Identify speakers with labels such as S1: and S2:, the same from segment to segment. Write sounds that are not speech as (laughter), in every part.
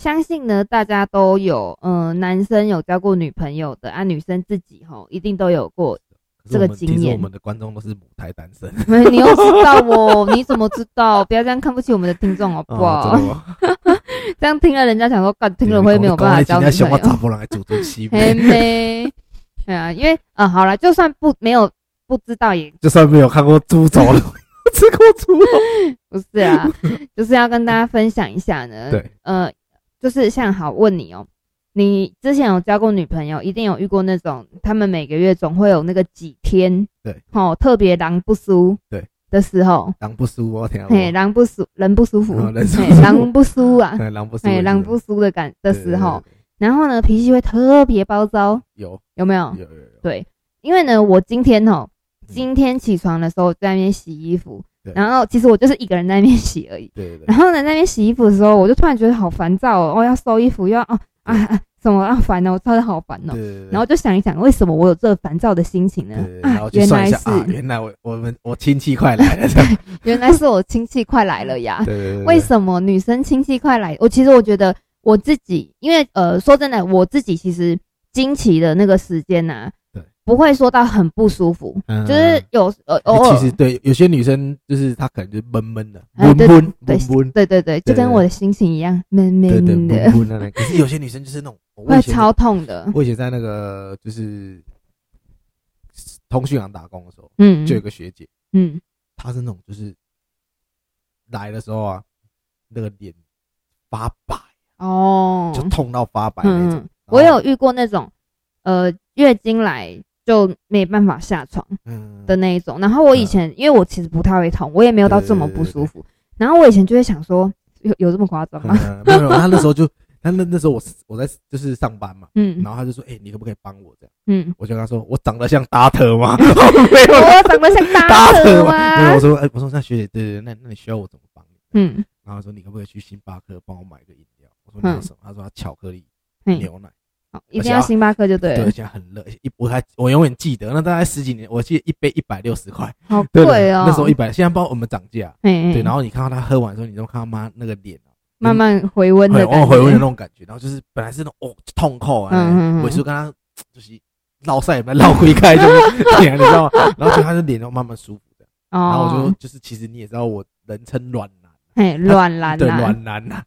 S1: 相信呢，大家都有，嗯、男生有交过女朋友的啊，女生自己吼一定都有过。 (laughs)
S2: 可是
S1: 这
S2: 我
S1: 个
S2: 们
S1: 经
S2: 听说
S1: 验
S2: 我们的观众都是母胎单身，
S1: 没，你又知道
S2: (laughs)
S1: 我，你怎么知道？不要这样看不起我们的听众好不好？
S2: 哦真的吗
S1: (laughs) 这样听了人家想说，干听了会没有办法交
S2: 你
S1: 女
S2: 们讲
S1: 朋
S2: 我
S1: 友
S2: 今天想我。找不人来主动
S1: (laughs)
S2: 欺 (laughs) 负，
S1: 嘿妹，对啊，因为啊、呃好了，就算不没有不知道也
S2: 就算没有看过猪走了，吃过猪肉。
S1: (laughs) 不是
S2: (laughs)
S1: 啊，就是要跟大家分享一下呢。
S2: 对，
S1: 呃，就是像好问你哦，你之前有交过女朋友，一定有遇过那种他们每个月总会有那个几天，
S2: 对，
S1: 哦，特别狼不舒，
S2: 对
S1: 的时候，
S2: 狼不输我听到
S1: 嘿，
S2: 没？
S1: 狼不舒，人不舒服，
S2: 哦人不
S1: 嘿
S2: 舒服
S1: 狼不舒
S2: (laughs)
S1: 啊，
S2: 嘿狼不输，
S1: 嘿，狼不舒的感的
S2: 对
S1: 时候，，
S2: 对对对
S1: 然后呢，脾气会特别暴躁，
S2: 有
S1: 有没
S2: 有
S1: 有？
S2: 有有，
S1: 对，因为呢，我今天哦，
S2: 嗯
S1: 今天起床的时候在那边洗衣服，
S2: 对
S1: 然后其实我就是一个人在那边洗而已。
S2: 对对对
S1: (laughs) 然，后呢，在那边洗衣服的时候，我就突然觉得好烦躁哦，哦要收衣服，又要哦啊啊什么啊烦哦，我真的好烦哦
S2: 对。对对对
S1: 然后就想一想，为什么我有这烦躁的心情呢
S2: 对对，？对然
S1: 啊
S2: 后，去
S1: 原
S2: 算
S1: 来
S2: 一下
S1: 是
S2: 啊，原来我我们我亲戚快来了，这样
S1: (laughs) 原来是我亲戚快来了呀
S2: 对。对对，
S1: 为什么女生亲戚快来？我其实我觉得我自己，因为呃，说真的，我自己其实经期的那个时间呐、
S2: 对
S1: 不会说到很不舒服，
S2: 么
S1: 就是有呃偶
S2: 欸
S1: 尔，
S2: 嗯其实对有些女生就是她可能就闷闷的，
S1: 哎
S2: 闷
S1: 对
S2: 闷
S1: 对
S2: 闷闷，
S1: 对对对，就
S2: 对
S1: 跟
S2: 对
S1: 我的心情一样，闷
S2: 对对
S1: 闷的， (laughs)
S2: 闷闷的那个。可是有些女生就是那种，我
S1: 会
S2: 以前
S1: 超痛的。
S2: 我以前在那个就是通讯行打工的时候，
S1: 嗯
S2: 就有个学姐，
S1: 嗯，
S2: 她是那种就是来的时候啊，那个脸发白，
S1: 哦，
S2: 就痛到发白那
S1: 嗯
S2: 种
S1: 嗯。，我
S2: 然后
S1: 有，遇过那种，呃，月经来就没办法下床。
S2: 嗯，
S1: 的那一种。然后我以前、因为我其实不太会痛，我也没有到这么不舒服。然后我以前就会想说，有有这么夸张吗？
S2: 嗯没有，没有她那时候就，她那那时候我我在就是上班嘛，
S1: 嗯
S2: 然后她就说，哎，你可不可以帮我这样？ (laughs)
S1: 嗯，
S2: 我就跟她说，我长得像达
S1: (laughs)
S2: 特吗？没有，
S1: 我长得
S2: (laughs)
S1: 像
S2: 搭
S1: 大啊
S2: 车
S1: 特
S2: 吗？对，
S1: 吗
S2: 我？说，哎、我说那学姐，对对对，那那你需要我怎么帮你？
S1: 嗯，
S2: 然后她说你可不可以去星巴克帮我买个饮料？我说你要什么？她说她巧克力
S1: 嗯，
S2: 牛奶。
S1: 好一定要
S2: 而且啊
S1: 星巴克就对了
S2: 对，而，且很热，一我还我永远记得，那大概十几年，我记得一杯一百六十块，
S1: 好
S2: 对的
S1: 贵哦。
S2: 那时候一百，现在包我们涨价。
S1: 嘿，
S2: 对，
S1: 对
S2: 然后你看到她喝完之后，你都看到妈那个脸啊，
S1: 慢慢回温的
S2: 很
S1: 感
S2: 哦
S1: 觉，
S2: 回温的那种感觉，然后就是本来是那种哦痛扣
S1: 嗯嗯
S2: 啊
S1: 嗯，
S2: 我就跟她就是绕赛也没绕亏开，就是脸你
S1: (laughs)
S2: 知道吗？然后就她的脸都慢慢舒服的，然后我就
S1: 哦，
S2: 就是其实你也知道我人称软男。
S1: 嘿，软男
S2: 对
S1: 啊，
S2: 软男呐、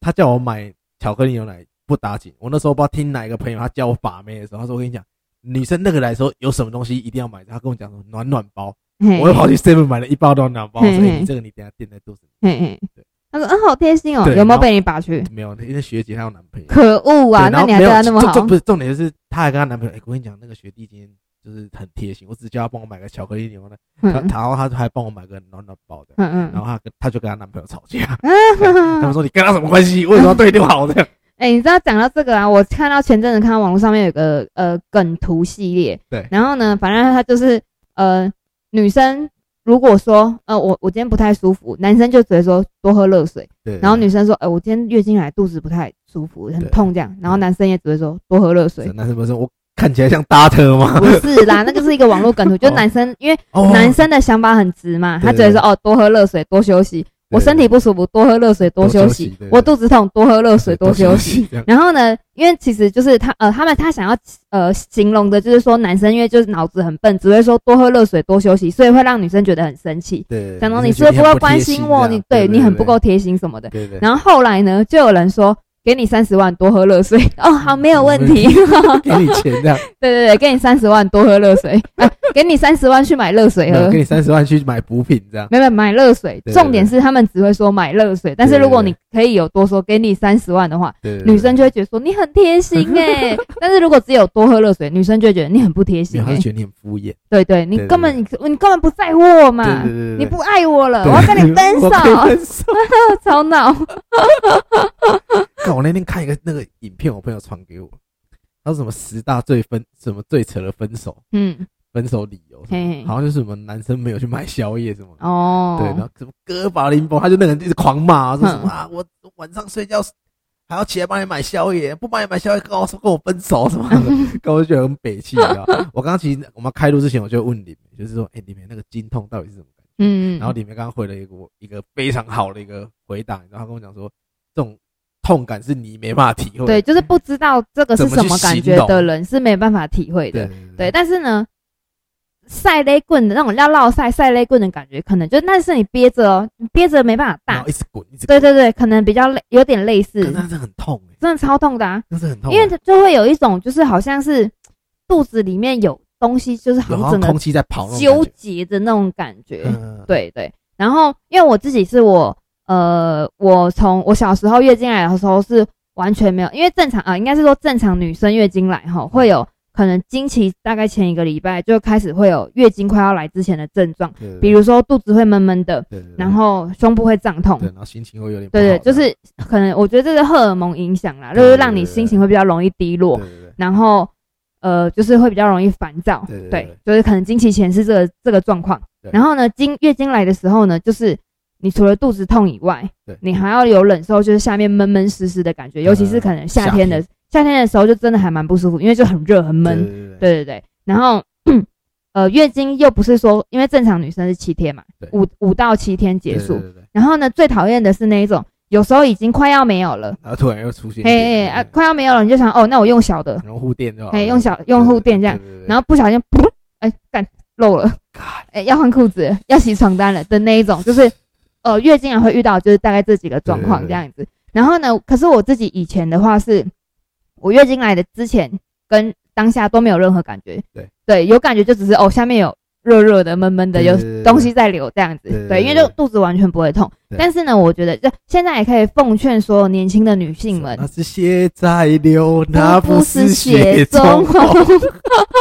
S2: 他叫我买巧克力牛奶不打紧。我那时候不知道听哪一个朋友，他叫我把妹的时候，他说我跟你讲，女生那个来说有什么东西一定要买，他跟我讲说暖暖包，
S1: 嘿
S2: 我又跑去 seven 买了一包暖暖包，
S1: 嘿
S2: 所以
S1: 嘿
S2: 你这个你等一下垫在肚子里。
S1: 嘿嘿
S2: 对，
S1: 他说嗯，好贴心哦，
S2: 对
S1: 有没
S2: 然
S1: 有
S2: 后
S1: 被你拔去？
S2: 没有，因为学姐她有男朋友。
S1: 可恶啊，那
S2: 对然后
S1: 你还对
S2: 没有
S1: 他那么
S2: 重
S1: 好
S2: 重不？是重点就是她还跟她男朋友，哎、我跟你讲，那个学弟今天就是很贴心，我只叫她帮我买个巧克力牛奶，
S1: 嗯
S2: 她然后她还帮我买个暖暖包的，
S1: 嗯
S2: 然后她跟她就跟她男朋友吵
S1: (laughs)
S2: 架，他们
S1: 嗯。
S2: 说你跟她什么关系？为什么要对你好这样？
S1: (laughs) 哎、你知道讲到这个啊，我看到前阵子看到网络上面有个呃梗图系列，
S2: 对
S1: 然后呢，反正它就是呃女生如果说呃我我今天不太舒服，男生就只会说多喝热水，
S2: 对，
S1: 然后女生说呃我今天月经来肚子不太舒服，很
S2: 对
S1: 痛这样，然后男生也只会说多喝热水。
S2: 男生不是我看起来像搭车
S1: (laughs)
S2: 吗？
S1: 不是啦，那就是一个网络梗
S2: (laughs)
S1: 图，就
S2: 哦
S1: 男生因为
S2: 哦
S1: 男生的想法很直嘛，他
S2: 对
S1: 只会说哦多喝热水，多休息。我身体不舒服，多喝热水，多
S2: 多
S1: 休
S2: 休
S1: 息
S2: 息对；
S1: 我肚子痛，多喝热水，多休
S2: (laughs)
S1: 息。，
S2: 这样
S1: 然后呢，因为其实就是他呃，他们他想要呃形容的就是说男生因为就是脑子很笨，只会说多喝热水、多休息，所以会让女生觉得很生气，
S2: 对，
S1: 想说
S2: 男
S1: 你
S2: 生
S1: 是
S2: 觉
S1: 不是
S2: 得很
S1: 够
S2: 不
S1: 关
S2: 贴
S1: 心
S2: 这
S1: 我，
S2: 样
S1: 你对
S2: 对
S1: 你很不够，贴心什么的。
S2: 对对对对。
S1: 然后后来呢，就有人说给你三十万多喝热水， (laughs) 哦好没有问题，
S2: 给你钱这样，
S1: (laughs) 对对对，给你三十万多喝热水， (laughs) 啊给你三十万去买热水
S2: 没有
S1: 喝
S2: 给。你三十万去买补品这样。
S1: 没有买热水，
S2: 对对
S1: 重点是他们只会说买热水，但是
S2: 对对
S1: 如果
S2: 对
S1: 你可以有多说给你三十万的话，
S2: 对，对对
S1: 女生就会觉得说你很贴
S2: (laughs)
S1: 心哎、但是如果只有多喝热水，女生就会觉得你很不贴
S2: 没
S1: 心
S2: 有，他
S1: 哎、
S2: 就觉得你很敷衍。
S1: 对对，你
S2: 对对
S1: 根本你你根本不在乎我嘛，
S2: 对对对对，
S1: 你不爱呃我
S2: (laughs)
S1: 了，
S2: 对
S1: 我要跟你分
S2: 我跟你
S1: (laughs) 手，
S2: 分手。
S1: 吵闹。
S2: 干我那天看一个那个影片，我朋友传给我，他说什么十大最分什么最扯的分手， (laughs)
S1: 嗯，
S2: 分手理由什么，
S1: 嘿嘿
S2: 好像就是什么男生没有去买宵夜什么的。
S1: 哦，
S2: 对，然后什么哥宝林峰，他就那个人一直狂骂、啊，说什么
S1: 嗯
S2: 啊，我我晚上睡觉还要起来帮你买宵夜，不帮你买宵夜，跟我说跟我分手什么
S1: (laughs)
S2: 的，跟我就觉得很北气，你知道吗我刚刚其实我们开录之前，我就问你们，就是说，哎、你们那个经痛到底是什么感觉？
S1: 嗯，
S2: 然后里面刚刚回了一个我一个非常好的一个回答，然后他跟我讲说，这种痛感是你没办法体会的，
S1: 对，就是不知道这个是什么感觉的人是没办法体会
S2: 对
S1: 的。对，但是呢，晒勒棍的那种要绕晒晒勒棍的感觉，可能就但是你憋着哦，你憋着没办法
S2: 然
S1: 大
S2: 后。一直滚，一直
S1: 对
S2: 滚，
S1: 对对，可能比较类，有点类似
S2: 可，是那是很痛哎、
S1: 真的超痛的啊！
S2: 那是很痛欸、
S1: 因为它就会有一种就是好像是肚子里面有东西，就是
S2: 有
S1: 好
S2: 好
S1: 像
S2: 像
S1: 整
S2: 空
S1: 个
S2: 气在跑那种
S1: 纠
S2: 感觉，
S1: 结的那种感觉。
S2: 嗯，
S1: 对对。然后因为我自己是我呃，我从我小时候月经来的时候是完全没有，因为正常啊、呃应该是说正常女生月经来哈会有。可能经期大概前一个礼拜就开始会有月经快要来之前的症状，
S2: 对，对
S1: 比如说肚子会闷闷的，
S2: 对对对
S1: 然后胸部会胀痛
S2: 对，，然后心情会有点不好
S1: 对对，就
S2: 这样
S1: 是可能我觉得这是荷尔蒙影响啦，就
S2: 对
S1: 是
S2: 对
S1: 让你
S2: 对
S1: 心情会比较容易低落。
S2: 对对对
S1: 然后呃，就是会比较容易烦躁，
S2: 对对对
S1: 就是可能经期前是这个这个状况
S2: 对，
S1: 然后呢，经月经来的时候呢，就是你除了肚子痛以外，
S2: 对
S1: 你还要有忍受，就是下面闷闷湿湿的感觉，尤其是可能夏天的
S2: 夏
S1: 夏天的时候，就真的还蛮不舒服，因为就很热很
S2: 对
S1: 闷，
S2: 对对对
S1: 对对对，然后。 (clears throat) 呃，月经又不是说，因为正常女生是七天嘛
S2: 对，
S1: 五五到七天结束。
S2: 对对对对
S1: 然后呢，最讨厌的是那一种，有时候已经快要没有了，
S2: 然后突然又出现一
S1: 哎
S2: 点，
S1: 哎
S2: 对
S1: 啊，
S2: 对
S1: 快要没有了，你就想哦，那我用小的，
S2: 然后护垫就好了，
S1: 哎，用小用护垫这样，然
S2: 后
S1: 后不小心噗，哎，干漏了，哎，要换裤子了，要洗床单了的那一种，就是呃，月经也会遇到，就是大概这几个状况
S2: 对对对
S1: 这样子。然后呢，可是我自己以前的话是，我月经来的之前跟当下都没有任何感觉，
S2: 对
S1: 有感觉就只是哦，下面有热热的、闷闷的，有东西在流这样
S2: 对对
S1: 子，
S2: 对
S1: 对，因为就肚子完全不会痛
S2: 对。
S1: 但是呢，我觉得这现在也可以奉劝所有年轻的女性们，
S2: 那是血在流，那
S1: 不
S2: 是
S1: 是血
S2: 中
S1: 中红。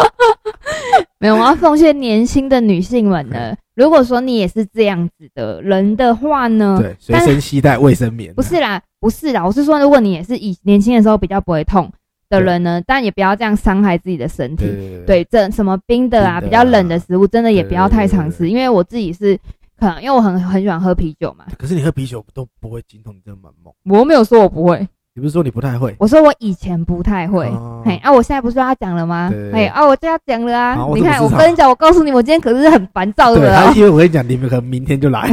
S1: (laughs) 没有，我要奉劝年轻的女性们呢，如果说你也是这样子的人的话呢，
S2: 对，随身携带卫生棉，啊
S1: 不是啦，不是啦，我是说，如果你也是以年轻的时候比较不会痛的人呢，但也不要这样伤害自己的身
S2: 对，
S1: 体。
S2: 对对对
S1: 对，这什么冰的啊，
S2: 冰
S1: 比
S2: 的啊
S1: 较冷的食物，真的也不要太常
S2: 对对
S1: 吃，因为我自己是可能，因为我很很喜欢喝啤酒嘛，
S2: 可是你喝啤酒都不会经痛，你真的蛮猛。
S1: 我没有说我不会，
S2: 你不是说你不太会？
S1: 我说我以前不太会。
S2: 哦
S1: 嘿，啊，我现在不是要讲了吗
S2: 对？
S1: 嘿，啊，我就要讲了啊
S2: 好！我
S1: 你
S2: 怎么
S1: 看，我
S2: 知道
S1: 跟你讲，我告诉你，我今天可是很烦躁
S2: 对，哎
S1: 的
S2: 他
S1: 哦，
S2: 因为我跟你讲，你们可能明天就来。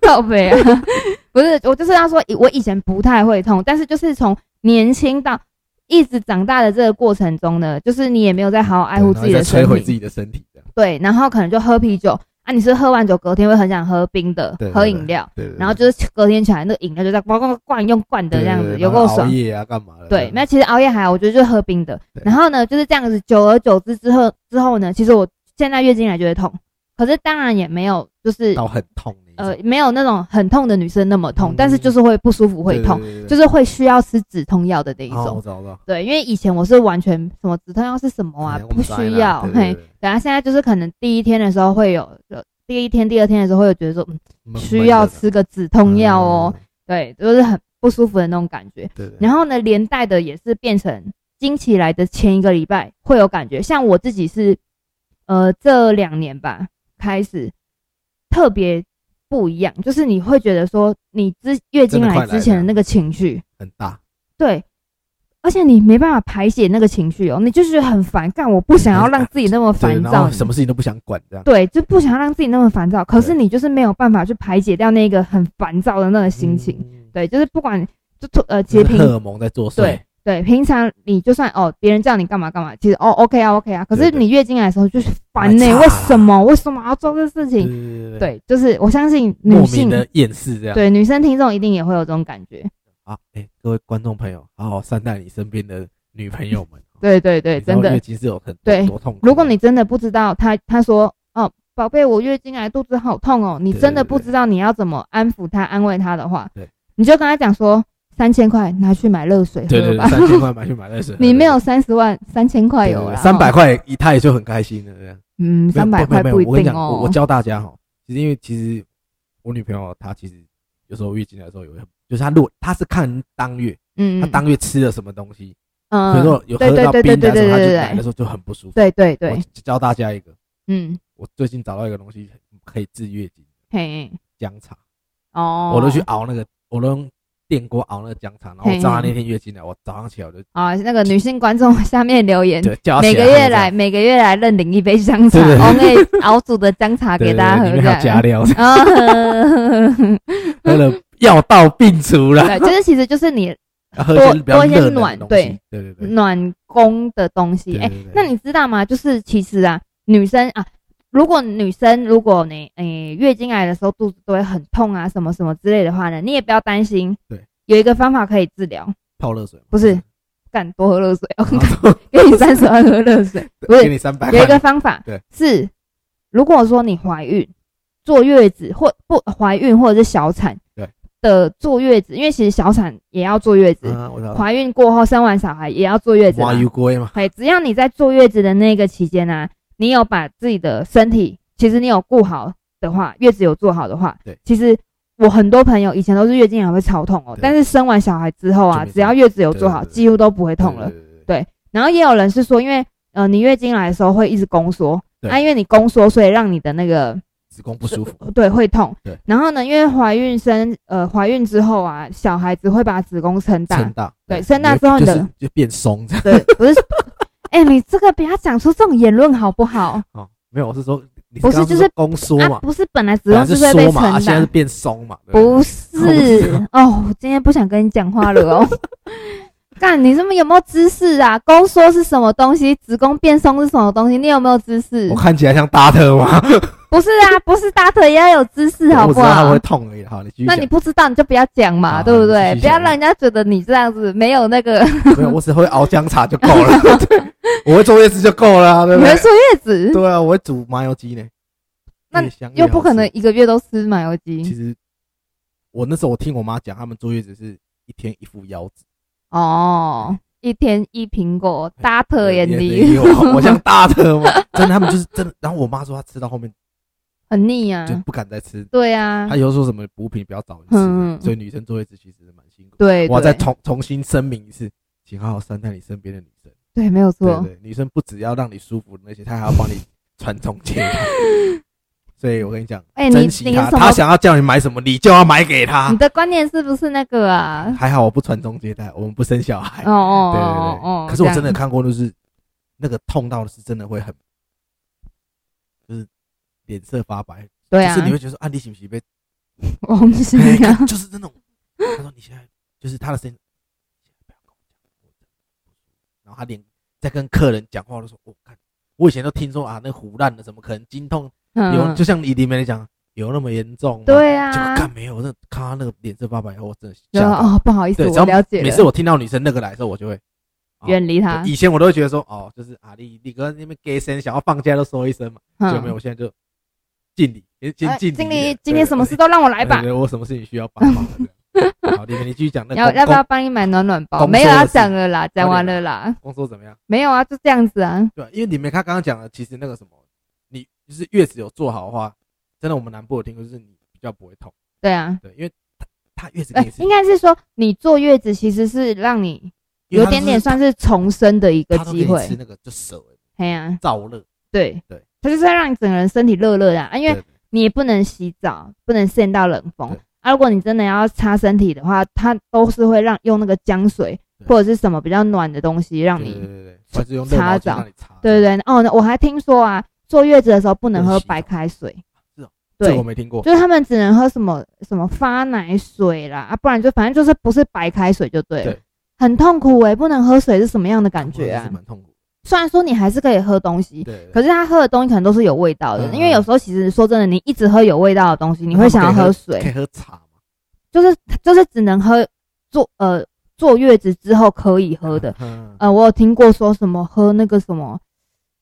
S1: 告白啊！ (laughs) 不是，我就是要说，我以前不太会痛，但是就是从年轻到一直长大的这个过程中呢，就是你也没有在好好 (laughs) 爱护自己
S2: 对
S1: 的
S2: 然后再摧
S1: 身
S2: 毁自
S1: 体，
S2: 己的身体，这样
S1: 对，然后可能就喝啤酒啊，你是喝完酒隔天会很想喝冰的
S2: 对，对
S1: 喝饮料，
S2: 对。对对
S1: 然后就是隔天起来那个饮料就在咣咣灌用灌的这样子，
S2: 对对
S1: 有
S2: 然后
S1: 够
S2: 熬
S1: 爽。
S2: 夜啊，干嘛的？
S1: 对，
S2: 这样
S1: 那其实熬夜还好，我觉得就喝冰的
S2: 对。
S1: 然后呢，就是这样子，久而久之之后之后呢，其实我现在月经来就会痛，可是当然也没有就是
S2: 到很痛那一种，
S1: 呃没有那种很痛的女生那么痛，
S2: 嗯
S1: 但是就是会不舒服会痛，就是是会需要吃止痛药的那一
S2: 哦，我
S1: 种。
S2: 知道，我知道。
S1: 对，因为以前我是完全什么止痛药是什么啊
S2: 哎，我
S1: 不
S2: 们知道
S1: 需要。
S2: 对对
S1: 嘿，
S2: 对
S1: 等下现在就是可能第一天的时候会有，就第一天、第二天的时候会有觉得说嗯
S2: 闷嗯
S1: 需要吃个止痛药哦，，
S2: 闷的
S1: 对，就是很不舒服的那种感觉。
S2: 嗯对对。
S1: 然后呢，连带的也是变成经期来的前一个礼拜会有感觉，像我自己是，呃，这两年吧开始特别不一样，就是你会觉得说，你之月经
S2: 真的快
S1: 来
S2: 来
S1: 之前
S2: 了
S1: 的那个情绪，
S2: 很大，
S1: 对，而且你没办法排解那个情绪哦，你就是觉得很烦，干我不想要让自己那么
S2: 对，
S1: 烦
S2: 然
S1: 躁
S2: 后，什么事情都不想管，这样
S1: 对，就不想要让自己那么烦躁，可是
S2: 对
S1: 你就是没有办法去排解掉那个很烦躁的那个心情，
S2: 嗯
S1: 对，就是不管就呃截
S2: 就 (laughs) 是
S1: 屏
S2: 荷尔蒙在作祟
S1: 对，对，平常你就算哦，别人叫你干嘛干嘛，其实哦，OK 啊，OK 啊。可
S2: 对
S1: 是
S2: 对
S1: 你月经来的时候就是烦
S2: 哎
S1: 呢、
S2: 差
S1: 为什么？为什么要做这事
S2: 对
S1: 情？
S2: 对，
S1: 对，就是我相信女
S2: 莫名
S1: 性，
S2: 的厌世这样。
S1: 对女生听众一定也会有这种感觉。
S2: 啊，哎，各位观众朋友，好好善待你身边的女朋友们。哦
S1: 对对对，
S2: 你知道
S1: 真
S2: 月
S1: 的。
S2: 经是有很
S1: 对
S2: 多痛苦的。
S1: 如果你真的不知道，她她说哦，宝贝，我月经来肚子好痛哦，你
S2: 对
S1: 真的
S2: 对
S1: 不
S2: 对
S1: 知道你要怎么安抚她、安慰她的话，
S2: 对
S1: 你就跟她讲说，三千块拿去买热水喝吧。
S2: 对对对，三千块买去买热水，
S1: (laughs) 你没有三十万，三千块有了。
S2: 三百
S1: 哦，
S2: 块一他也就很开心了，这样。
S1: 嗯，三百块
S2: 没有
S1: 不一
S2: 没有我跟你
S1: 定
S2: 讲，我
S1: 哦
S2: 我。教大家哈，其实因为其实我女朋友她其实有时候月经来的时候有很，就是她如果她是看当月，
S1: 嗯，
S2: 她当月吃了什么东西，
S1: 嗯
S2: 比如说有喝
S1: 对
S2: 到
S1: 对
S2: 冰
S1: 对
S2: 的
S1: 对
S2: 时
S1: 对
S2: 候，她
S1: 对
S2: 就
S1: 对
S2: 来的时候就很不舒服。
S1: 对对
S2: 我
S1: 对，
S2: 教大家一个，
S1: 嗯，
S2: 我最近找到一个东西可以治月经，
S1: 嘿，
S2: 姜茶，
S1: 哦，
S2: 我都去熬那个，我都用电锅熬那个姜茶，然后我
S1: 嘿
S2: 知道他
S1: 嘿
S2: 那天月经来，我早上起来我就
S1: 啊，那个女性观众下面留言，
S2: 对叫他
S1: 嗯每
S2: 起
S1: 个
S2: 喝
S1: 月
S2: 这
S1: 来
S2: 样
S1: 每个月来认领一杯姜茶，
S2: 对对对
S1: 熬那熬煮的姜茶
S2: 对
S1: 给
S2: 对
S1: 大家
S2: 对
S1: 喝，
S2: 里面还有
S1: 这样
S2: 加料， (laughs)
S1: 啊，对，
S2: 喝了药到病除
S1: (laughs)
S2: 了，
S1: 就是其实就是你
S2: 要喝
S1: 多
S2: 些比较
S1: 多一些
S2: 热能
S1: 暖
S2: 的东
S1: 对
S2: 西对对对
S1: 暖宫的东西。
S2: 对，
S1: 哎，
S2: 对对
S1: 那你知道吗？就是其实啊，女生啊，如果女生如果你诶、月经来的时候肚子都会很痛啊，什么什么之类的话呢，你也不要担心。
S2: 对，
S1: 有一个方法可以治疗，
S2: 泡热水吗啊
S1: 不是干多喝热水哦， (laughs)
S2: 然 (laughs) 后
S1: 给你三十万喝热水。不
S2: 给
S1: 是，
S2: 你三百
S1: 有一个
S2: 块，
S1: 方法
S2: 啊对
S1: 是，如果说你怀孕坐月子或不怀孕或者是小产
S2: 对
S1: 的坐月子，因为其实小产也要坐月子，
S2: 嗯，我知道
S1: 怀孕过后生完小孩也要坐月子嘛
S2: 挖。油龟嘛，
S1: 哎，只要你在坐月子的那个期间啊，你有把自己的身体，其实你有顾好的话，月子有做好的话，
S2: 对，
S1: 其实我很多朋友以前都是月经还会超痛哦
S2: 对，
S1: 但是生完小孩之后
S2: 就
S1: 啊，
S2: 没
S1: 只要
S2: 痛
S1: 月子有做
S2: 对
S1: 好，
S2: 对对
S1: 几乎都不会痛了。
S2: 对。对对对
S1: 然后也有人是说，因为呃，你月经来的时候会一直宫缩，
S2: 对
S1: 啊，因为你宫缩，所以让你的那个
S2: 子宫不舒服，
S1: 对会痛。
S2: 对，
S1: 然后呢，因为怀孕生呃怀孕之后啊，小孩子会把子宫撑大
S2: 撑，大，
S1: 对撑大之后你
S2: 就
S1: 的
S2: 是就变松这样。
S1: 对，不是。哎、你这个不要讲出这种言论好不好？
S2: 哦，没有，我是说你
S1: 不是
S2: 刚刚
S1: 就是
S2: 说宫缩
S1: 啊，
S2: 嘛，
S1: 不是本来子
S2: 本
S1: 宫
S2: 来是
S1: 会被
S2: 缩嘛，啊
S1: 撑
S2: 现
S1: 大
S2: 在是，变松嘛，对对
S1: 不
S2: 知
S1: 是哦。我今天不想跟你讲话了哦。 (laughs) 干，你这么有没有知识啊？宫缩是什么东西？子宫变松是什么东西？你有没有知识
S2: 我？看起来像大特吗？
S1: 不是啊，不是大腿也要有知识，好
S2: 我
S1: 不
S2: 知道它
S1: 好
S2: 会？痛而已。好，你继续
S1: 啊那
S2: 讲。
S1: 你不知道你就不要讲嘛，
S2: 好
S1: 对不
S2: 你
S1: 对？
S2: 继续
S1: 不要
S2: 讲
S1: 让人家觉得你这样子没有那个
S2: 没有，我只会熬姜茶就够
S1: (laughs)
S2: 了。对，我会坐月子就够了啊，对
S1: 你
S2: 不
S1: 会
S2: 对？
S1: 坐月子，
S2: 对啊，我会煮麻油鸡呢。
S1: 那
S2: 越香越
S1: 又不
S2: 好
S1: 可
S2: 吃
S1: 能一个月都吃麻油鸡
S2: 其实我那时候我听我妈讲，他们坐月子是一天一副腰子。
S1: 哦。一天一苹果，大特眼
S2: 也
S1: 里
S2: 也也有
S1: (laughs)
S2: 啊我像大特吗？真的，他们就是真的。然后我妈说她吃到后面
S1: 很腻啊
S2: 就。不敢再吃
S1: 对啊
S2: 他，有时候说什么补品比较早吃，
S1: 嗯嗯
S2: 所以女生坐月子其实蛮辛苦。
S1: 对
S2: 我要再
S1: 对
S2: 重重新声明一次，请好好善待你身边的女生。
S1: 对，没有
S2: 对
S1: 错。
S2: 对，女生不只要让你舒服那些，她还要帮你传宗接
S1: (laughs)
S2: 代。所以我跟你讲，
S1: 哎你
S2: 珍惜
S1: 你
S2: 她，
S1: 什么
S2: 她想要叫你买什么，你就要买给她
S1: 你。的观念是不是那个啊？
S2: 还好我不传宗接代，我们不生小孩。
S1: 哦
S2: 对
S1: 哦
S2: 对
S1: 哦
S2: 哎对。
S1: 哦。
S2: 可是我真
S1: 这
S2: 的
S1: 样
S2: 看过，就是那个痛到的是真的会很，就是脸色发白，
S1: 对
S2: 就是
S1: 啊
S2: 你，
S1: (laughs)
S2: 会觉得说啊，你是不是被
S1: 我们是
S2: (laughs) 哎
S1: 啊
S2: 看就是那种，他说你现在就是他的声音，不要跟我讲，我真的不舒服然后他连在跟客人讲话都说，我、哦看我以前都听说啊，那胡乱的怎么可能经痛有，
S1: 嗯，
S2: 就像你里面在讲有那么严重吗？
S1: (laughs) 对
S2: 结果
S1: 啊。
S2: 看没有，那看他那个脸色发白，我真的吓
S1: 然
S2: 到。
S1: 后哦，不好意思，
S2: 对，
S1: 我
S2: 只要
S1: 了解
S2: 每次
S1: 了，啊
S2: 我听到女生那个来的时候，我就会哦
S1: 远离他
S2: 对。以前我都会觉得说，哦，就是啊，你你哥那边 gay 声，想要放假都说一声嘛，
S1: 嗯
S2: 就没有。我现在就敬礼，先
S1: 哎
S2: 先敬
S1: 经
S2: 礼
S1: 理
S2: 了，
S1: 今天
S2: 对
S1: 什么事都让我来吧
S2: 对。对我什么事情需要帮忙的？这样好，李梅，你继续讲那
S1: 要
S2: 工
S1: 要不要帮你买暖暖包？
S2: 工作
S1: 没有
S2: 的
S1: 要
S2: 事
S1: 讲了啦，讲
S2: 快
S1: 完
S2: 点
S1: 了啦，
S2: 工作怎么样？
S1: 没有啊，就这样子啊。
S2: 对，因为李梅她刚刚讲的，其实那个什么，你就是月子有做好的话，真的我们南部有听过，就是你比较不会痛，
S1: 对啊，
S2: 对，因为她她月子
S1: 哎
S2: 给你，是
S1: 应该是说你坐月子其实是让你
S2: 因
S1: 有
S2: 为她
S1: 点
S2: 就是
S1: 点算是重生的一个
S2: 她都
S1: 机
S2: 给你吃
S1: 会。
S2: 那个就蛇
S1: 哎呀，
S2: 燥热，
S1: 对
S2: 对，
S1: 它就是要让你整个人身体热热的啊，因为
S2: 对
S1: 你也不能洗澡，不能陷到冷风
S2: 对。
S1: 啊，如果你真的要擦身体的话，它都是会让用那个姜水
S2: 对
S1: 或者是什么比较暖的东西让
S2: 对对
S1: 你。
S2: 对对，或者是用热毛巾让你擦，
S1: 对对对，哦，那我还听说啊，坐月子的时候不能
S2: 不能
S1: 喝
S2: 洗
S1: 白
S2: 澡
S1: 开水。
S2: 是哦这
S1: 对
S2: 个我，没听过，
S1: 就是他们只能喝什么什么发奶水啦，啊，不然就反正就是不是白开水就对了，
S2: 对
S1: 很痛苦诶、不能喝水是什么样的感觉啊
S2: 是？蛮痛苦
S1: 虽然说你还是可以喝东
S2: 的，
S1: 西，
S2: 对，
S1: 可是他喝的东西可能都是有味道的，
S2: 嗯
S1: 因为有时候其实说真的，你一直喝有味道的东西，你
S2: 那
S1: 会
S2: 他
S1: 想
S2: 们
S1: 要喝
S2: 可以可以
S1: 水，
S2: 喝茶嘛，
S1: 就是就是只能喝坐呃坐月子之后可以喝的，
S2: 嗯，
S1: 呃，我有听过说什么喝那个什么，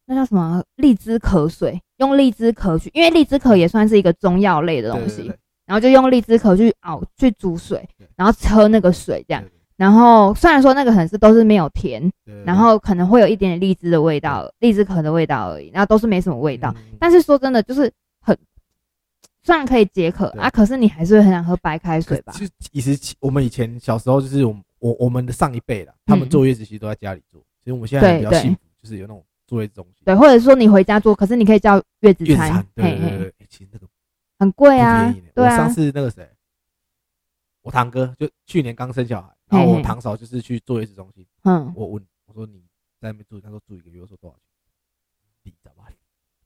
S1: 那叫什么啊荔枝壳水，用荔枝壳去，因为荔枝壳也算是一个中药类的
S2: 对
S1: 东
S2: 对
S1: 西
S2: 对，
S1: 然后就用荔枝壳去熬去煮水
S2: 对，
S1: 然后喝那个水这样
S2: 对。对
S1: 然后虽然说那个可能是都是没有甜，
S2: 对对
S1: 然后可能会有一点点荔枝的味道，荔枝壳的味道而已，然后都是没什么味道。，
S2: 嗯
S1: 但是说真的，就是很虽然可以解渴
S2: 对
S1: 啊，可是你还是会很想喝白开
S2: 可
S1: 水吧？
S2: 就其实其我们以前小时候，就是我们我我们的上一辈啦，他们坐月子其实都在家里做，所以我们现在
S1: 对
S2: 还比较
S1: 嗯对
S2: 幸福，就是有那种作业中心，
S1: 对，或者说你回家做，可是你可以叫月子
S2: 月子
S1: 餐，
S2: 餐，对
S1: 嘿
S2: 对对
S1: 嘿
S2: 对，欸其实那个
S1: 很贵
S2: 不
S1: 啊
S2: 便宜呢，
S1: 对
S2: 我上
S1: 啊，
S2: 次那个谁，我堂哥就去年刚生小孩，然后
S1: 嘿
S2: 我
S1: 嘿
S2: 堂嫂就是去坐月子中心，
S1: 嗯，
S2: 我问我说你在那边住，他说住一个月，我说多少钱？你怎么办？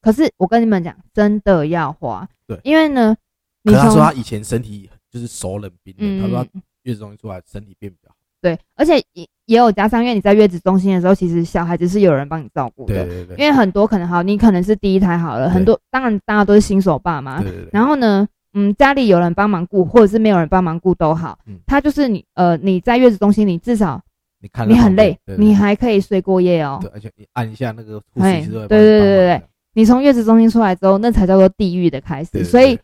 S1: 可是我跟你们讲，真的要花，
S2: 对
S1: 因为呢，你
S2: 可是他说
S1: 从
S2: 他以前身体就是手冷冰冷，他说
S1: 嗯
S2: 他，月子中心出来身体变比较好。
S1: 对，而且也也有加上，因为你在月子中心的时候，其实小孩子是有人帮你照顾的，
S2: 对啊对
S1: 因为很多可能好，你可能是第一胎好了，
S2: 对
S1: 很多当然大家都是新手爸妈，
S2: 对对，
S1: 啊然后呢，嗯，家里有人帮忙顾，或者是没有人帮忙顾都好
S2: 嗯，
S1: 他就是你呃你在月子中心，你至少
S2: 你看
S1: 你
S2: 到
S1: 很
S2: 旁边
S1: 累，
S2: 对对
S1: 你还可以睡过夜哦
S2: 对，，而且你按一下那个护
S1: 哎
S2: 士之后，
S1: 对对对对你从月子中心出来之后，那才叫做地狱的开始，
S2: 对对
S1: 所以。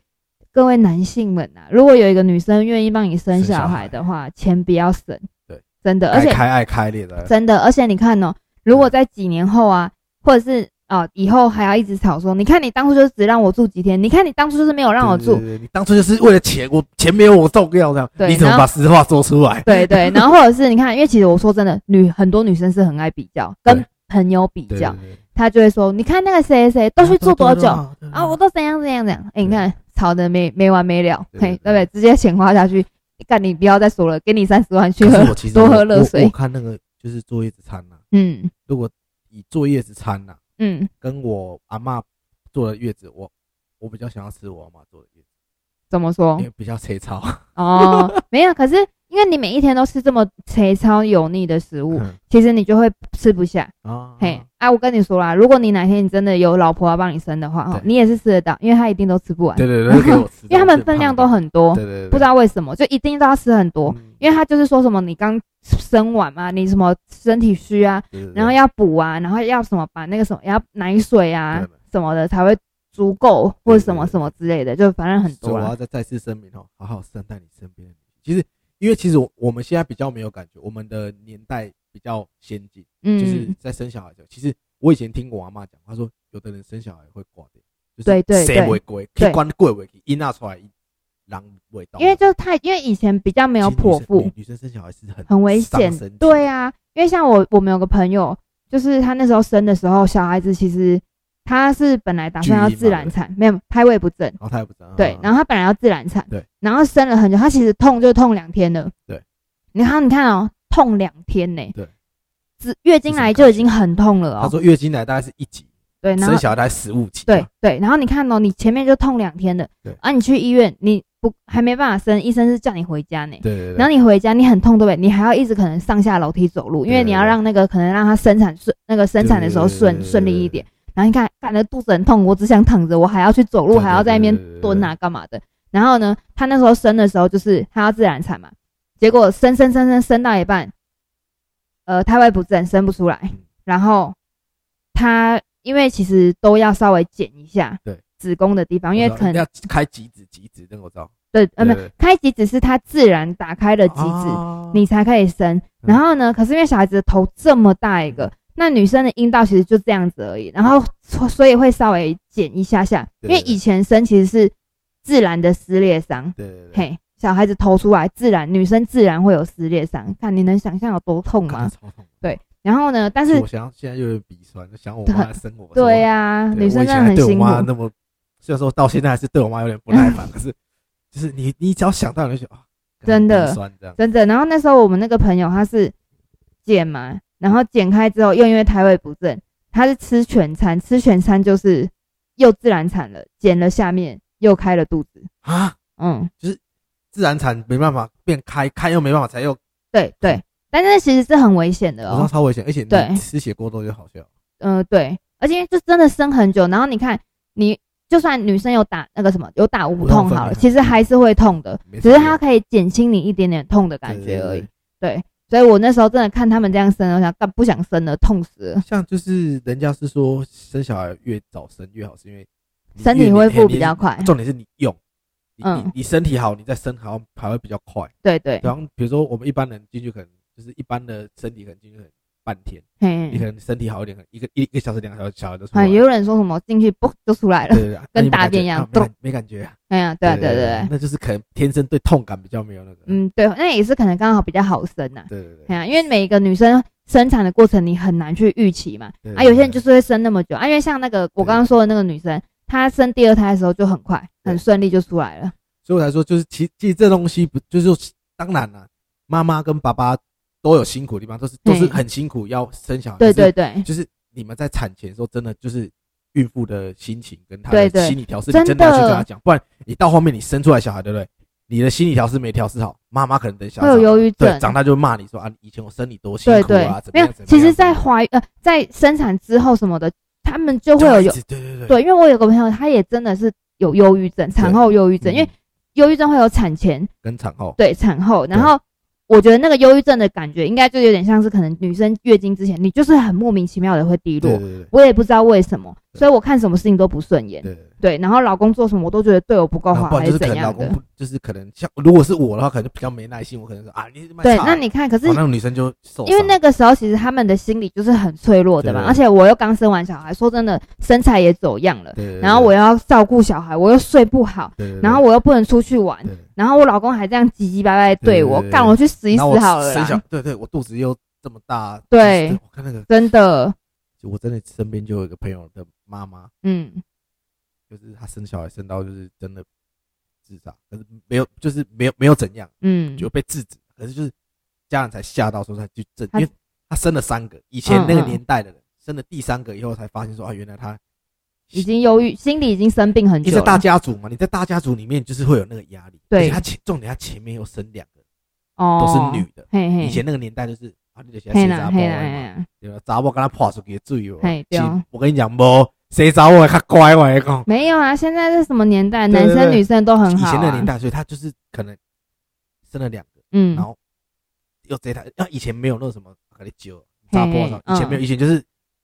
S1: 各位男性们啊，如果有一个女生愿意帮你生
S2: 生小
S1: 小孩
S2: 孩
S1: 的话，钱不要省，
S2: 对，
S1: 真的，
S2: 对
S1: 而且
S2: 该开爱开裂的，
S1: 真的，而且你看哦，如果在几年后啊，或者是啊、呃以后还要一直吵说，你看你当初就是只让我住几天，你看你当初就是没有让我
S2: 对对
S1: 住，
S2: 对对你当初就是为了钱，我钱没有我重要这样，
S1: 对
S2: 你怎么
S1: 然后
S2: 把实话说出来？
S1: 对对， (laughs) 然后或者是你看，因为其实我说真的，女很多女生是很爱比较，跟
S2: 对
S1: 朋友比
S2: 对
S1: 较，
S2: 对对对
S1: 她就会说，你看那个谁谁谁都去住多久啊
S2: 啊对对对
S1: 我都怎样怎样怎样，哎、你
S2: 对
S1: 看吵得没没完没了，
S2: 对对
S1: 嘿，对不对？
S2: 对
S1: 直接钱花下去，干你不要再说了，给你三十万去
S2: 可是
S1: 喝
S2: 我其，
S1: (laughs)
S2: 实
S1: 多
S2: 我
S1: 喝热
S2: 我
S1: 水
S2: 我，看那个就是坐月子餐呐、
S1: 嗯
S2: 如果以坐月子餐呐、
S1: 嗯，
S2: 跟我阿嬷做的月子，我我比较想要吃我阿嬷做的月子，
S1: 怎么说
S2: 因？为比较
S1: (laughs)
S2: 切操。
S1: 哦，没有，可是因为你每一天都吃这么肥超油腻的食物，其实你就会吃不下。
S2: 嗯 (laughs) 啊，
S1: 哦嘿，啊，我跟你说啦，如果你哪天你真的有老婆要帮你生的话，哦
S2: 对
S1: 你也是吃得到，因为她一定都吃不完，
S2: 对
S1: (laughs)
S2: 对对，都给我吃，
S1: 因为他们分量都很多，
S2: 对对对，
S1: 不知道为什么就一定都要吃很多。
S2: 嗯
S1: 因为他就是说什么你刚生完嘛，你什么身体虚啊，
S2: 对对对
S1: 然后要补啊，然后要什么把那个什么要奶水啊
S2: 对对
S1: 什么的才会足够，或
S2: 对
S1: 者
S2: 对
S1: 什么
S2: 对啊
S1: 什么之类的，就反正很
S2: 所
S1: 多啊
S2: 以
S1: 啦
S2: 我要。再再次声明哦，好好善待你身边的女性。其实，因为其实我我们现在比较没有感觉，我们的年代比较先进，就是
S1: 嗯，
S2: 在生小孩的时候，其实我以前听我阿妈讲，她说有的人生小孩会挂掉，就是
S1: 对对
S2: 谁
S1: 对
S2: 会过，
S1: 对
S2: 去关过回去，一拿出来狼味道。
S1: 因为就是太，因为以前比较没
S2: 没
S1: 有剖腹，
S2: 女生生小孩是很
S1: 很危
S2: 伤
S1: 险
S2: 身体。
S1: 对啊，因为像我，我们有个朋友，就是他那时候生的时候，小孩子其实他是本来打算要
S2: 巨婴嘛
S1: 自然产，没有胎位不正，
S2: 然后她也不知道。嗯
S1: 对，然后他本来要自然产，
S2: 对，
S1: 然后生了很久，他其实痛就痛两天了，
S2: 对，
S1: 你看你看哦，痛两天呢，
S2: 对，
S1: 只月经来就已经很痛了
S2: 她
S1: 哦，
S2: 说月经来大概是一级，
S1: 对，然
S2: 生
S1: 后
S2: 小孩大概十五级。
S1: 对，对，然后你看哦，你前面就痛两天了
S2: 啊对，
S1: 啊，你去医院你不还没办法生，医生是叫你回家呢，
S2: 对对对。
S1: 然后你回家，你很痛，对不对？你还要一直可能上下楼梯走路，因为
S2: 对
S1: 你要让那个可能让它生产顺那个生产的时候
S2: 对对对
S1: 顺
S2: 对对
S1: 顺利一点。然后你看，感觉肚子很痛，我只想躺着，我还要去走路，
S2: 对对
S1: 还要在那边蹲啊，干嘛的？然后呢，他那时候生的时候就是他要自然产嘛，结果生生生生生到一半，呃，胎位不正，生不出来
S2: 嗯，
S1: 然后他因为其实都要稍微剪一下
S2: 对
S1: 子宫的地方，
S2: 我
S1: 因为
S2: 知道
S1: 可能
S2: 要开几指几指，那个我知道。
S1: 对呃没有
S2: 对哦
S1: 开几指是他自然打开的几指，你才可以生。
S2: 嗯
S1: 然后呢，可是因为小孩子的头这么大一个，那女生的阴道其实就这样子而已，然后所所以会稍微剪一下下，因
S2: 对
S1: 为以前生其实是自然的撕裂伤，
S2: 对对对，
S1: 嘿，小孩子头出来自然，女生自然会有撕裂伤，看你能想象有多痛
S2: 看
S1: 吗？
S2: 超痛。
S1: 然后呢，但是
S2: 我想现在又有点鼻酸，就想我妈的生活。
S1: 对呀、
S2: 对，
S1: 女生
S2: 我
S1: 真
S2: 以
S1: 的
S2: 前还
S1: 很
S2: 对我
S1: 辛苦，
S2: 妈那么，虽然说到现在还是对我妈有点不耐烦，可是就是你你只要想到你就觉得啊，
S1: 真的
S2: 鼻酸这样。
S1: 真的。然后那时候我们那个朋友他是剪嘛，然后剪开之后又因为胎位不正，他是吃全餐，吃全餐就是又自然产了，剪了下面又开了肚子，
S2: 啊，
S1: 嗯，
S2: 自然产没办法变开，开又没办法才又，
S1: 对对。但是其实是很危险的
S2: 我说
S1: 哦，
S2: 超危险，而且
S1: 对
S2: 你失血过多就好笑。
S1: 嗯、对，而且因为就真的生很久，然后你看你。就算女生有打那个什么，有打无痛好了，
S2: 无痛分娩
S1: 其实还是会痛的
S2: 没，错
S1: 只是它可以减轻你一点点痛的感
S2: 对
S1: 觉
S2: 对
S1: 而已
S2: 对。
S1: 对，所以我那时候真的看他们这样生，我想干不想生了，痛死了。
S2: 像就是人家是说生小孩越早生越好，是因为你
S1: 身体
S2: 越年
S1: 恢复比较快
S2: 你重点是你用，你
S1: 嗯
S2: 你你身体好，你再生好像还会比较快。
S1: 对对，
S2: 然后比如说我们一般人进去可能就是一般的身体可能进去可能半天，你可
S1: 嘿，
S2: 能身体好一点，可能一个一一个小时两个小时小孩都出
S1: 啊，
S2: 来
S1: 也
S2: 了。
S1: 有人说什么进去嘣就出来
S2: 对
S1: 了，
S2: 对对啊，
S1: 跟
S2: 那你没
S1: 大
S2: 感觉
S1: 便一样
S2: 啊没感没感觉啊。
S1: 哎呀，对啊对啊对啊，
S2: 那就是可能天生对痛感比较没有那个。
S1: 嗯对，那也是可能刚好比较好生呐，
S2: 对对对，
S1: 哎呀，因为每一个女生生产的过程你很难去预期嘛。
S2: 对
S1: 啊，有些人就是会生那么久啊，因为像那个我刚刚说的那个女生，她生第二胎的时候就很快，
S2: 对
S1: 很顺利就出来了。
S2: 所以我才说，就是其其实这东西不就是当然了、妈妈跟爸爸都有辛苦的地方，都是都是
S1: 嘿
S2: 很辛苦要生小孩，
S1: 对
S2: 可
S1: 对
S2: 是
S1: 对，
S2: 就是你们在产前的时候，真的就是孕妇的心情跟她
S1: 对
S2: 的
S1: 对
S2: 心理调试，你
S1: 真
S2: 真的要去
S1: 的
S2: 跟她讲，不然你到后面你生出来小孩，对不对？你的心理调试没调试好，妈妈可能等小孩
S1: 会有
S2: 长大
S1: 忧郁
S2: 对
S1: 症
S2: 长大就会骂你说啊，以前我生你多辛
S1: 对
S2: 苦
S1: 对
S2: 啊，怎么
S1: 没有
S2: 样？怎么样？
S1: 其实，在
S2: 怎么
S1: 怀呃在生产之后什么的，他们就
S2: 样
S1: 会有
S2: 就
S1: 有
S2: 一直对对对
S1: 对，因为我有个朋友，他也真的是有忧郁症，产
S2: 对
S1: 后忧郁症，
S2: 嗯
S1: 因为忧郁症会有产前
S2: 跟产后
S1: 对产后，然
S2: 对
S1: 后我觉得那个忧郁症的感觉，应该就有点像是可能女生月经之前，你就是很莫名其妙的会低
S2: 对
S1: 落，
S2: 对对
S1: 我也不知道为什么，
S2: 对
S1: 所以我看什么事情都不顺眼，
S2: 对对。
S1: 对，然后老公做什么我都觉得对我不够
S2: 然后
S1: 好
S2: 不然
S1: 还
S2: 就是可
S1: 怎
S2: 能老
S1: 样
S2: 公
S1: 的，
S2: 不就是可能像如果是我的话，可能就比较没耐心，我可能说啊你妈
S1: 对，
S2: 操
S1: 那你看，可是
S2: 哦那种女生就受伤
S1: 因为那个时候其实他们的心理就是很脆弱的嘛，
S2: 对
S1: 而且我又刚生完小孩，说真的身材也走样了，
S2: 对对对
S1: 然后我要照顾小孩，我又睡不好，
S2: 对对对
S1: 然后我又不能出去玩
S2: 对，对
S1: 然后我老公还这样唧唧歪歪地对我
S2: 对对，对
S1: 干我去死一
S2: 然后我
S1: 死好了
S2: 生小
S1: 啦！
S2: 对对，我肚子又这么大，
S1: 对
S2: 就是我看那个，
S1: 真的，
S2: 我真的身边就有一个朋友的妈妈，
S1: 嗯，
S2: 就是她生小孩生到就是真的自杀，可是没有就是没有没有怎样，
S1: 嗯，
S2: 就被制止，可是就是家人才吓到说她就正，
S1: 她
S2: 因为她生了三个，以前那个
S1: 嗯嗯
S2: 年代的人生了第三个以后才发现说啊，原来她
S1: 已经忧郁，心理已经生病很
S2: 你
S1: 久
S2: 在大
S1: 了。
S2: 家族嘛，你在大家族里面就是会有那个压力，
S1: 对
S2: 而且她前重点她前面又生两个都
S1: 哦，
S2: 是女，的，
S1: 嘿嘿，
S2: 以前那个年代就是啊，你就现在
S1: 嘿
S2: 谁
S1: 啦
S2: 砸包
S1: 嘿啦
S2: 嘛
S1: 嘿。啦，
S2: 对吧？查某跟他破出去的水哦
S1: 嘿。对啊
S2: 是我跟你讲，无谁查某会较乖，我跟你讲。
S1: 没有啊，现在是什么年代，
S2: 对
S1: 男
S2: 对
S1: 生
S2: 对
S1: 女生都很
S2: 以
S1: 好啊。
S2: 前那个年代，所以他就是可能生了两个，
S1: 嗯
S2: 然，后又贼他，啊那以前没有那个什么给你酒
S1: 嘿嗯
S2: 查波以前没有，以前就是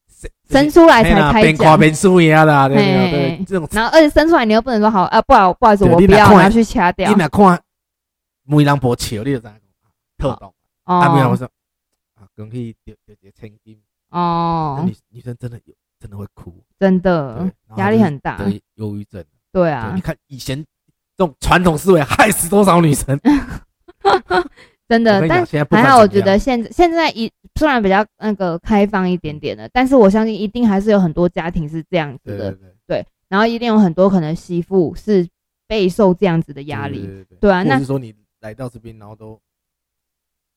S2: 谁
S1: 生出来
S2: 嘿啦
S1: 才开
S2: 边
S1: 奖
S2: 夸，边输赢的啊，对对
S1: 嘿
S2: 对，这种
S1: 然后而且生出来你又不能说好啊，不好不好意思，
S2: 对
S1: 我不
S2: 你
S1: 要，
S2: 哪看
S1: 我要去掐掉
S2: 你。若看每人无笑，你就知道特懂。啊，没有，我
S1: 哦
S2: 说啊，恭喜有有一个千金，那
S1: 哦
S2: 女，女生真的有真的会哭，
S1: 真
S2: 对
S1: 的
S2: 然后
S1: 压力
S2: 就是
S1: 很大，
S2: 得忧郁症。
S1: 对
S2: 对，
S1: 啊
S2: 你，看以前这种传统思维害死多少女生？
S1: 真
S2: 我
S1: 的
S2: 跟，
S1: 但
S2: 你讲，现在不管
S1: 还好，我
S2: 怎
S1: 觉
S2: 么
S1: 得
S2: 样
S1: 现在现在一虽然比较那个开放一点点的，但是我相信一定还是有很多家庭是这样子
S2: 对
S1: 的，
S2: 对对
S1: 然后一定有很多可能媳妇是备受这样子的压力。，对啊
S2: 或者
S1: 那
S2: 是说你来到这边，然后都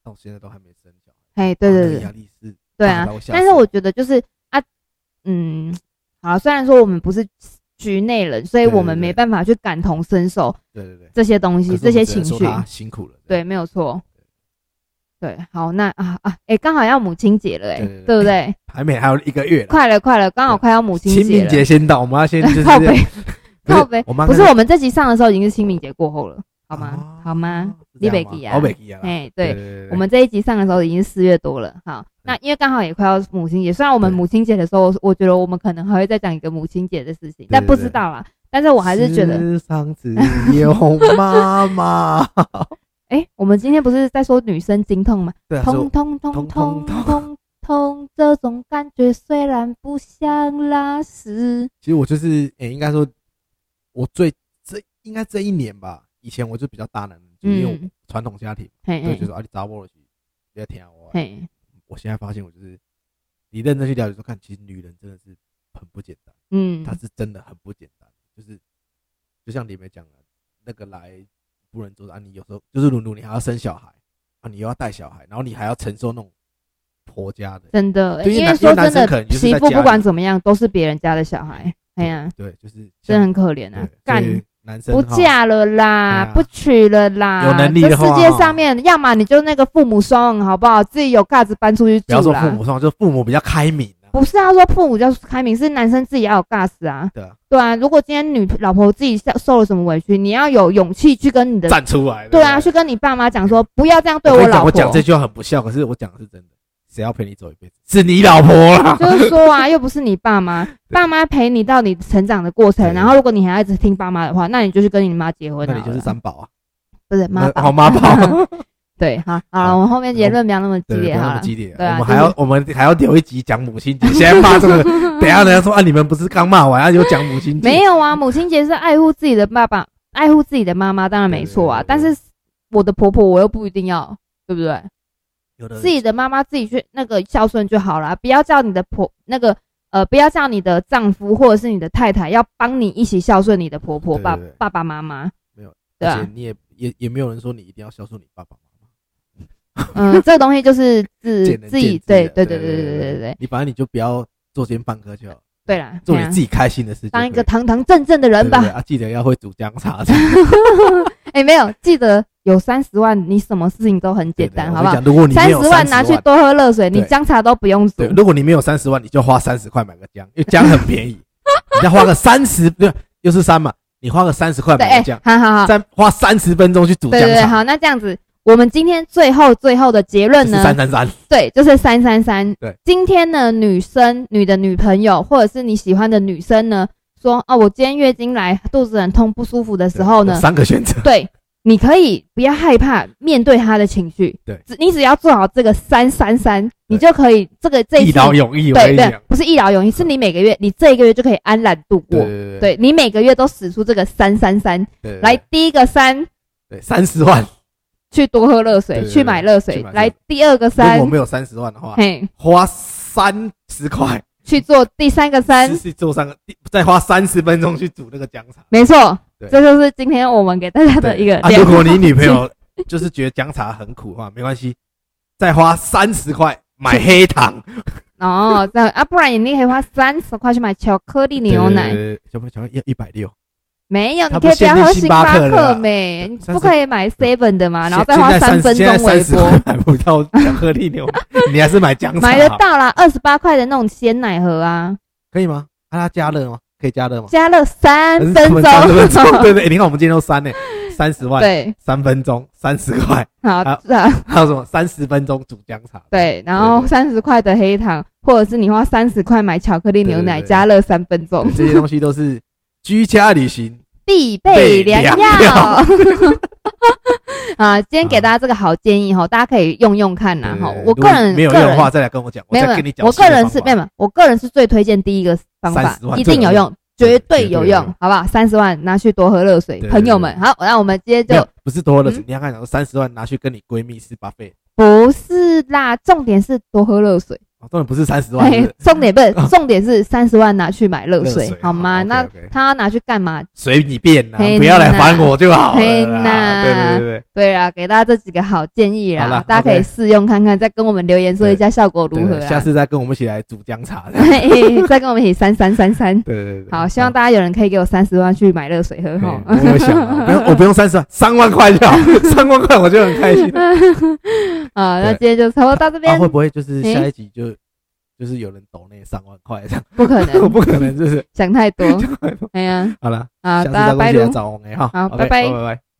S2: 到现在都还没生小孩，
S1: 嘿，对
S2: 然后
S1: 对
S2: 那个
S1: 对
S2: 压力是
S1: 对啊
S2: 大到！吓
S1: 但
S2: 死
S1: 是我觉得就是啊，嗯，好，虽然说我们不是局内人，所以
S2: 对对
S1: 我们
S2: 对
S1: 没办法去感同身受
S2: 对对对，
S1: 这些东西、
S2: 可是
S1: 这
S2: 我
S1: 些
S2: 们只
S1: 情
S2: 能说
S1: 绪。
S2: 她辛苦了，
S1: 对，没有错。对，好，那啊啊，哎、刚好要母亲节了、哎
S2: 对对对，
S1: 对不对？
S2: 还没还有一个月了，
S1: 快了，快了，刚好快要母亲
S2: 清
S1: 节
S2: 明
S1: 了。
S2: 节先到，我们
S1: (laughs)
S2: 要先就是
S1: 靠背，
S2: 不是
S1: 靠背
S2: 我妈
S1: 不是
S2: 跟
S1: 我们这集上的时候已经是清明节过后了，好吗
S2: 啊？
S1: 好吗？
S2: 是这样
S1: 你
S2: 吗
S1: 不记啊
S2: 我北记啊，
S1: 哎，对，
S2: 对对对，
S1: 我们这一集上的时候已经四月多了，好，那因为刚好也快要母亲节，虽然我们
S2: 对
S1: 母亲节的时候，我觉得我们可能还会再讲一个母亲节的事情，但
S2: 对
S1: 不知道啦。但是我还是觉得，
S2: 世上只有妈妈， (laughs)
S1: 哎，我们今天不是在说女生经痛吗？
S2: 对啊，所以
S1: 痛痛痛
S2: 通
S1: 痛
S2: 通
S1: 痛痛，这种感觉虽然不想拉屎，
S2: 其实我就是，诶、应该说，我最这应该这一年吧，以前我就比较大男人，就因为我
S1: 嗯，
S2: 传统家庭，
S1: 嘿
S2: 对，就
S1: 嘿
S2: 是啊，你砸我去，不要听我啊。
S1: 嘿，
S2: 我现在发现，我就是你认真去了解说，看，其实女人真的是很不简单，
S1: 嗯
S2: 她，是真的很不简单，就是就像你们讲的，那个来不能做的啊，你有时候就是鲁鲁，你还要生小孩啊，你又要带小孩，然后你还要承受那种婆家的，
S1: 真的，
S2: 对因为
S1: 因
S2: 男
S1: 为说
S2: 因为
S1: 真
S2: 男生可
S1: 的
S2: 能，就是
S1: 媳
S2: 在
S1: 妇
S2: 家
S1: 不管
S2: 里
S1: 怎么样都是别人家的小孩，哎呀，
S2: 对，就是
S1: 真
S2: 像
S1: 的很可怜啊
S2: 对，
S1: 干
S2: 所以男生
S1: 不
S2: 哈
S1: 嫁了啦，
S2: 对啊
S1: 不娶了啦，
S2: 有能力的
S1: 这
S2: 话
S1: 世界上面，要么你就那个父母双亡好不好？自己有价值搬出去
S2: 不要
S1: 住
S2: 说父
S1: 啦。
S2: 母双，就是父母比较开明啊。
S1: 不是啊，说父母叫开明，是男生自己要有尬死啊。
S2: 对啊，
S1: 对啊，如果今天女老婆自己受受了什么委屈，你要有勇气去跟你的，
S2: 站出来。
S1: 对啊，
S2: 不
S1: 去跟你爸妈讲说，不要这样对
S2: 我跟你
S1: 老
S2: 讲，
S1: 婆。
S2: 我讲这句话很不孝，可是我讲的是真的。谁要陪你走一辈子？是你老婆啦。
S1: 就是说啊，又不是你爸
S2: (laughs)
S1: 妈，爸妈陪你到你成长的过程，
S2: 对
S1: 然后如果你还要一直听爸妈的话，那你就去跟你妈结婚好
S2: 那
S1: 了。
S2: 你就是三宝啊，
S1: 不是妈
S2: 那
S1: 宝
S2: 好妈宝，
S1: 对，好，好了，
S2: 好
S1: 我们后面言论不要那么激
S2: (laughs) 对，不
S1: 烈
S2: 要那
S1: 好
S2: 么
S1: 了。
S2: 激烈。
S1: 对啊
S2: 我
S1: 就
S2: 们
S1: 是
S2: 还要我们还要留一集讲母亲节，现在骂
S1: (laughs)
S2: 这个，等一下人家说啊，你们不是刚骂完，啊有讲母亲节？
S1: 没有啊，母亲节是爱护自己的爸爸，爱护自己的妈妈，当然没错啊。
S2: 对对对对
S1: 但是我的婆婆，我又不一定要，对不对？
S2: 有的
S1: 自己的妈妈自己去那个孝顺就好啦，不要叫你的婆那个呃，不要叫你的丈夫或者是你的太太要帮你一起孝顺你的婆婆、
S2: 对对
S1: 爸
S2: 对
S1: 爸爸妈妈。
S2: 没有
S1: 对
S2: 而
S1: 啊
S2: 且，你也也也没有人说你一定要孝顺你爸爸妈妈，
S1: 嗯，这个东西就是自
S2: 见仁
S1: 自己
S2: 见智啊
S1: 对对对
S2: 对
S1: 对对
S2: 对
S1: 对对
S2: 你反正你就不要作奸犯科就好，
S1: 对啦，
S2: 做
S1: 对
S2: 你
S1: 啊
S2: 自己开心的事情，
S1: 当一个堂堂正正的人
S2: 对对
S1: 吧。
S2: 对啊，记得要会煮姜茶，这样
S1: 哎，没有，记得有三十万，你什么事情都 (laughs) 很简单，好不？
S2: 对对我跟你
S1: 好？三
S2: 讲如果你没
S1: 十
S2: 有
S1: 万
S2: 30
S1: 拿去多喝热水，你
S2: 对
S1: 姜茶都不用煮
S2: 对，。如果你没有三十万，你就花三十块买个姜，因
S1: (laughs)
S2: 为姜很便宜，你再花个三十，对，又是三嘛，你花个三十块
S1: 对，
S2: 买
S1: 哎
S2: 个姜，，
S1: 好好好，
S2: 再花三十分钟去煮
S1: 对
S2: 姜
S1: 对对，
S2: 茶，
S1: 好，那这样子，我们今天最后最后的结论呢？
S2: 三三三，
S1: 对，就是三三三。
S2: 对，
S1: 今天呢，女生、你的女朋友或者是你喜欢的女生呢，说哦，我今天月经来，肚子很痛，不舒服的时候
S2: 有
S1: 呢，
S2: 三个选择，
S1: 对，你可以不要害怕面对她的情绪。
S2: 对
S1: 只，你只要做好这个三三三，你就可以这个这一
S2: 一
S1: 次
S2: 劳永逸，我跟
S1: 对
S2: 你
S1: 对
S2: 讲，，
S1: 不是一劳永逸，是你每个月，你这一个月就可以安然度过。
S2: 对
S1: 对你每个月都使出这个三三三，
S2: 对，
S1: 来第一个三
S2: 对三十万，
S1: 去多喝热水，
S2: 对对对
S1: 去买热水
S2: 去买；热水
S1: 来第二个
S2: 如
S1: 三
S2: 果，没有三十万的话，
S1: 嘿，
S2: 花三十块，
S1: 去做第三个三
S2: 只，是做三个，再花三十分钟去煮那个姜茶。
S1: 没错
S2: 对，
S1: 这就是今天我们给大家的一个
S2: 啊，
S1: 良
S2: 如
S1: 好
S2: 果你女朋友就是觉得姜茶很苦的话，没关系，再花三十块买黑糖
S1: 哦，这样啊，不然你可以花三十块去买巧克力牛奶。，
S2: 小朋友小朋友要一百六，
S1: 没有，
S2: 它
S1: 你
S2: 不
S1: 可以不要
S2: 限定
S1: 喝
S2: 星巴
S1: 巴
S2: 克了啦
S1: 没？你
S2: 30
S1: 不可以买 seven 的嘛，然后再花
S2: 现在
S1: 三
S2: 30
S1: 分钟
S2: 现在
S1: 微
S2: 30
S1: 波，
S2: 买不到巧克力牛奶，你还是买姜茶
S1: 买得到啦，二十八块的那种鲜奶盒啊，
S2: 可以吗？啊，它加热吗？可以加热吗？
S1: 加热三分钟，
S2: 三分钟，对对，你看我们今天都三呢，三十万，
S1: (laughs) 对，
S2: 三分钟三十块，
S1: 好，
S2: 好
S1: 是啊
S2: 还有什么三十分钟煮姜茶？
S1: 对，然后三十块的黑糖，或者是你花三十块买巧克力牛奶，
S2: 对对对
S1: 加热三分钟
S2: 对，，这些东西都是居家旅行
S1: 必备良
S2: 备良
S1: 药
S2: 药。
S1: (laughs) 啊，今天给大家这个好建议哈，大家可以用用看呐哈
S2: 对。
S1: 我
S2: 如
S1: 个
S2: 果
S1: 人
S2: 没有
S1: 个
S2: 用
S1: 人
S2: 的话，再来跟我讲，
S1: 没有
S2: 再
S1: 没
S2: 跟你
S1: 有，
S2: 讲
S1: 我
S2: 新的
S1: 个
S2: 方法。
S1: 人是没有，没有我个人是最推荐第一个方法
S2: 30，万
S1: 一定有用，绝对有
S2: 最有用绝对有
S1: 用
S2: 用，
S1: 好不好？三十万拿去多喝热水
S2: 对，对
S1: 朋友们，好，那我们今天就
S2: 没有不是多了，
S1: 嗯
S2: 你要看讲三十万拿去跟你闺蜜吃 buffet，
S1: 不是啦，重点是多喝热水，
S2: 哦当然不是三十万，
S1: 嘿
S2: 是
S1: 哎重点不是
S2: (laughs) 啊
S1: 重点是三十万拿去买热
S2: 热
S1: 水
S2: 水，
S1: 好吗？
S2: 好
S1: 那
S2: OK，OK
S1: 他要拿去干嘛？
S2: 随你便啦，
S1: 嘿
S2: 不要来烦我就好
S1: 嘿
S2: 了
S1: 呐
S2: 啦。对对对
S1: 对啊，给大家这几个好建议
S2: 好
S1: 啦
S2: 啦，
S1: 大家可以
S2: OK
S1: 试用看看，再跟我们留言说一下效果
S2: 对
S1: 如何
S2: 对对，下
S1: 啊。
S2: 次再跟我们一起来煮姜
S1: (laughs)
S2: 茶。对
S1: 嘿嘿嘿再跟我们一起三三三三。
S2: 对对，对
S1: 好，希望大家有人可以给我三十万去买热水喝哈。
S2: 嘿我有想
S1: (laughs)
S2: 啊，不用我不用三十万，三万块就好，三万块我就
S1: (laughs)
S2: 很开心了。
S1: 啊，那
S2: 对
S1: 今天就差不多到这边
S2: 啊，，会不会就是
S1: 嘿
S2: 下一集就就是有人抖那三万块这样？
S1: 不可
S2: (laughs) 我
S1: 能
S2: 不可能，就是 (laughs)
S1: 想太多。哎呀，
S2: 好了，
S1: 啊，
S2: 下次
S1: 大家
S2: 再啊跟我
S1: 拜
S2: 一起来
S1: 喽。
S2: 找我们哈。
S1: 好
S2: OK，
S1: 拜拜
S2: 拜拜。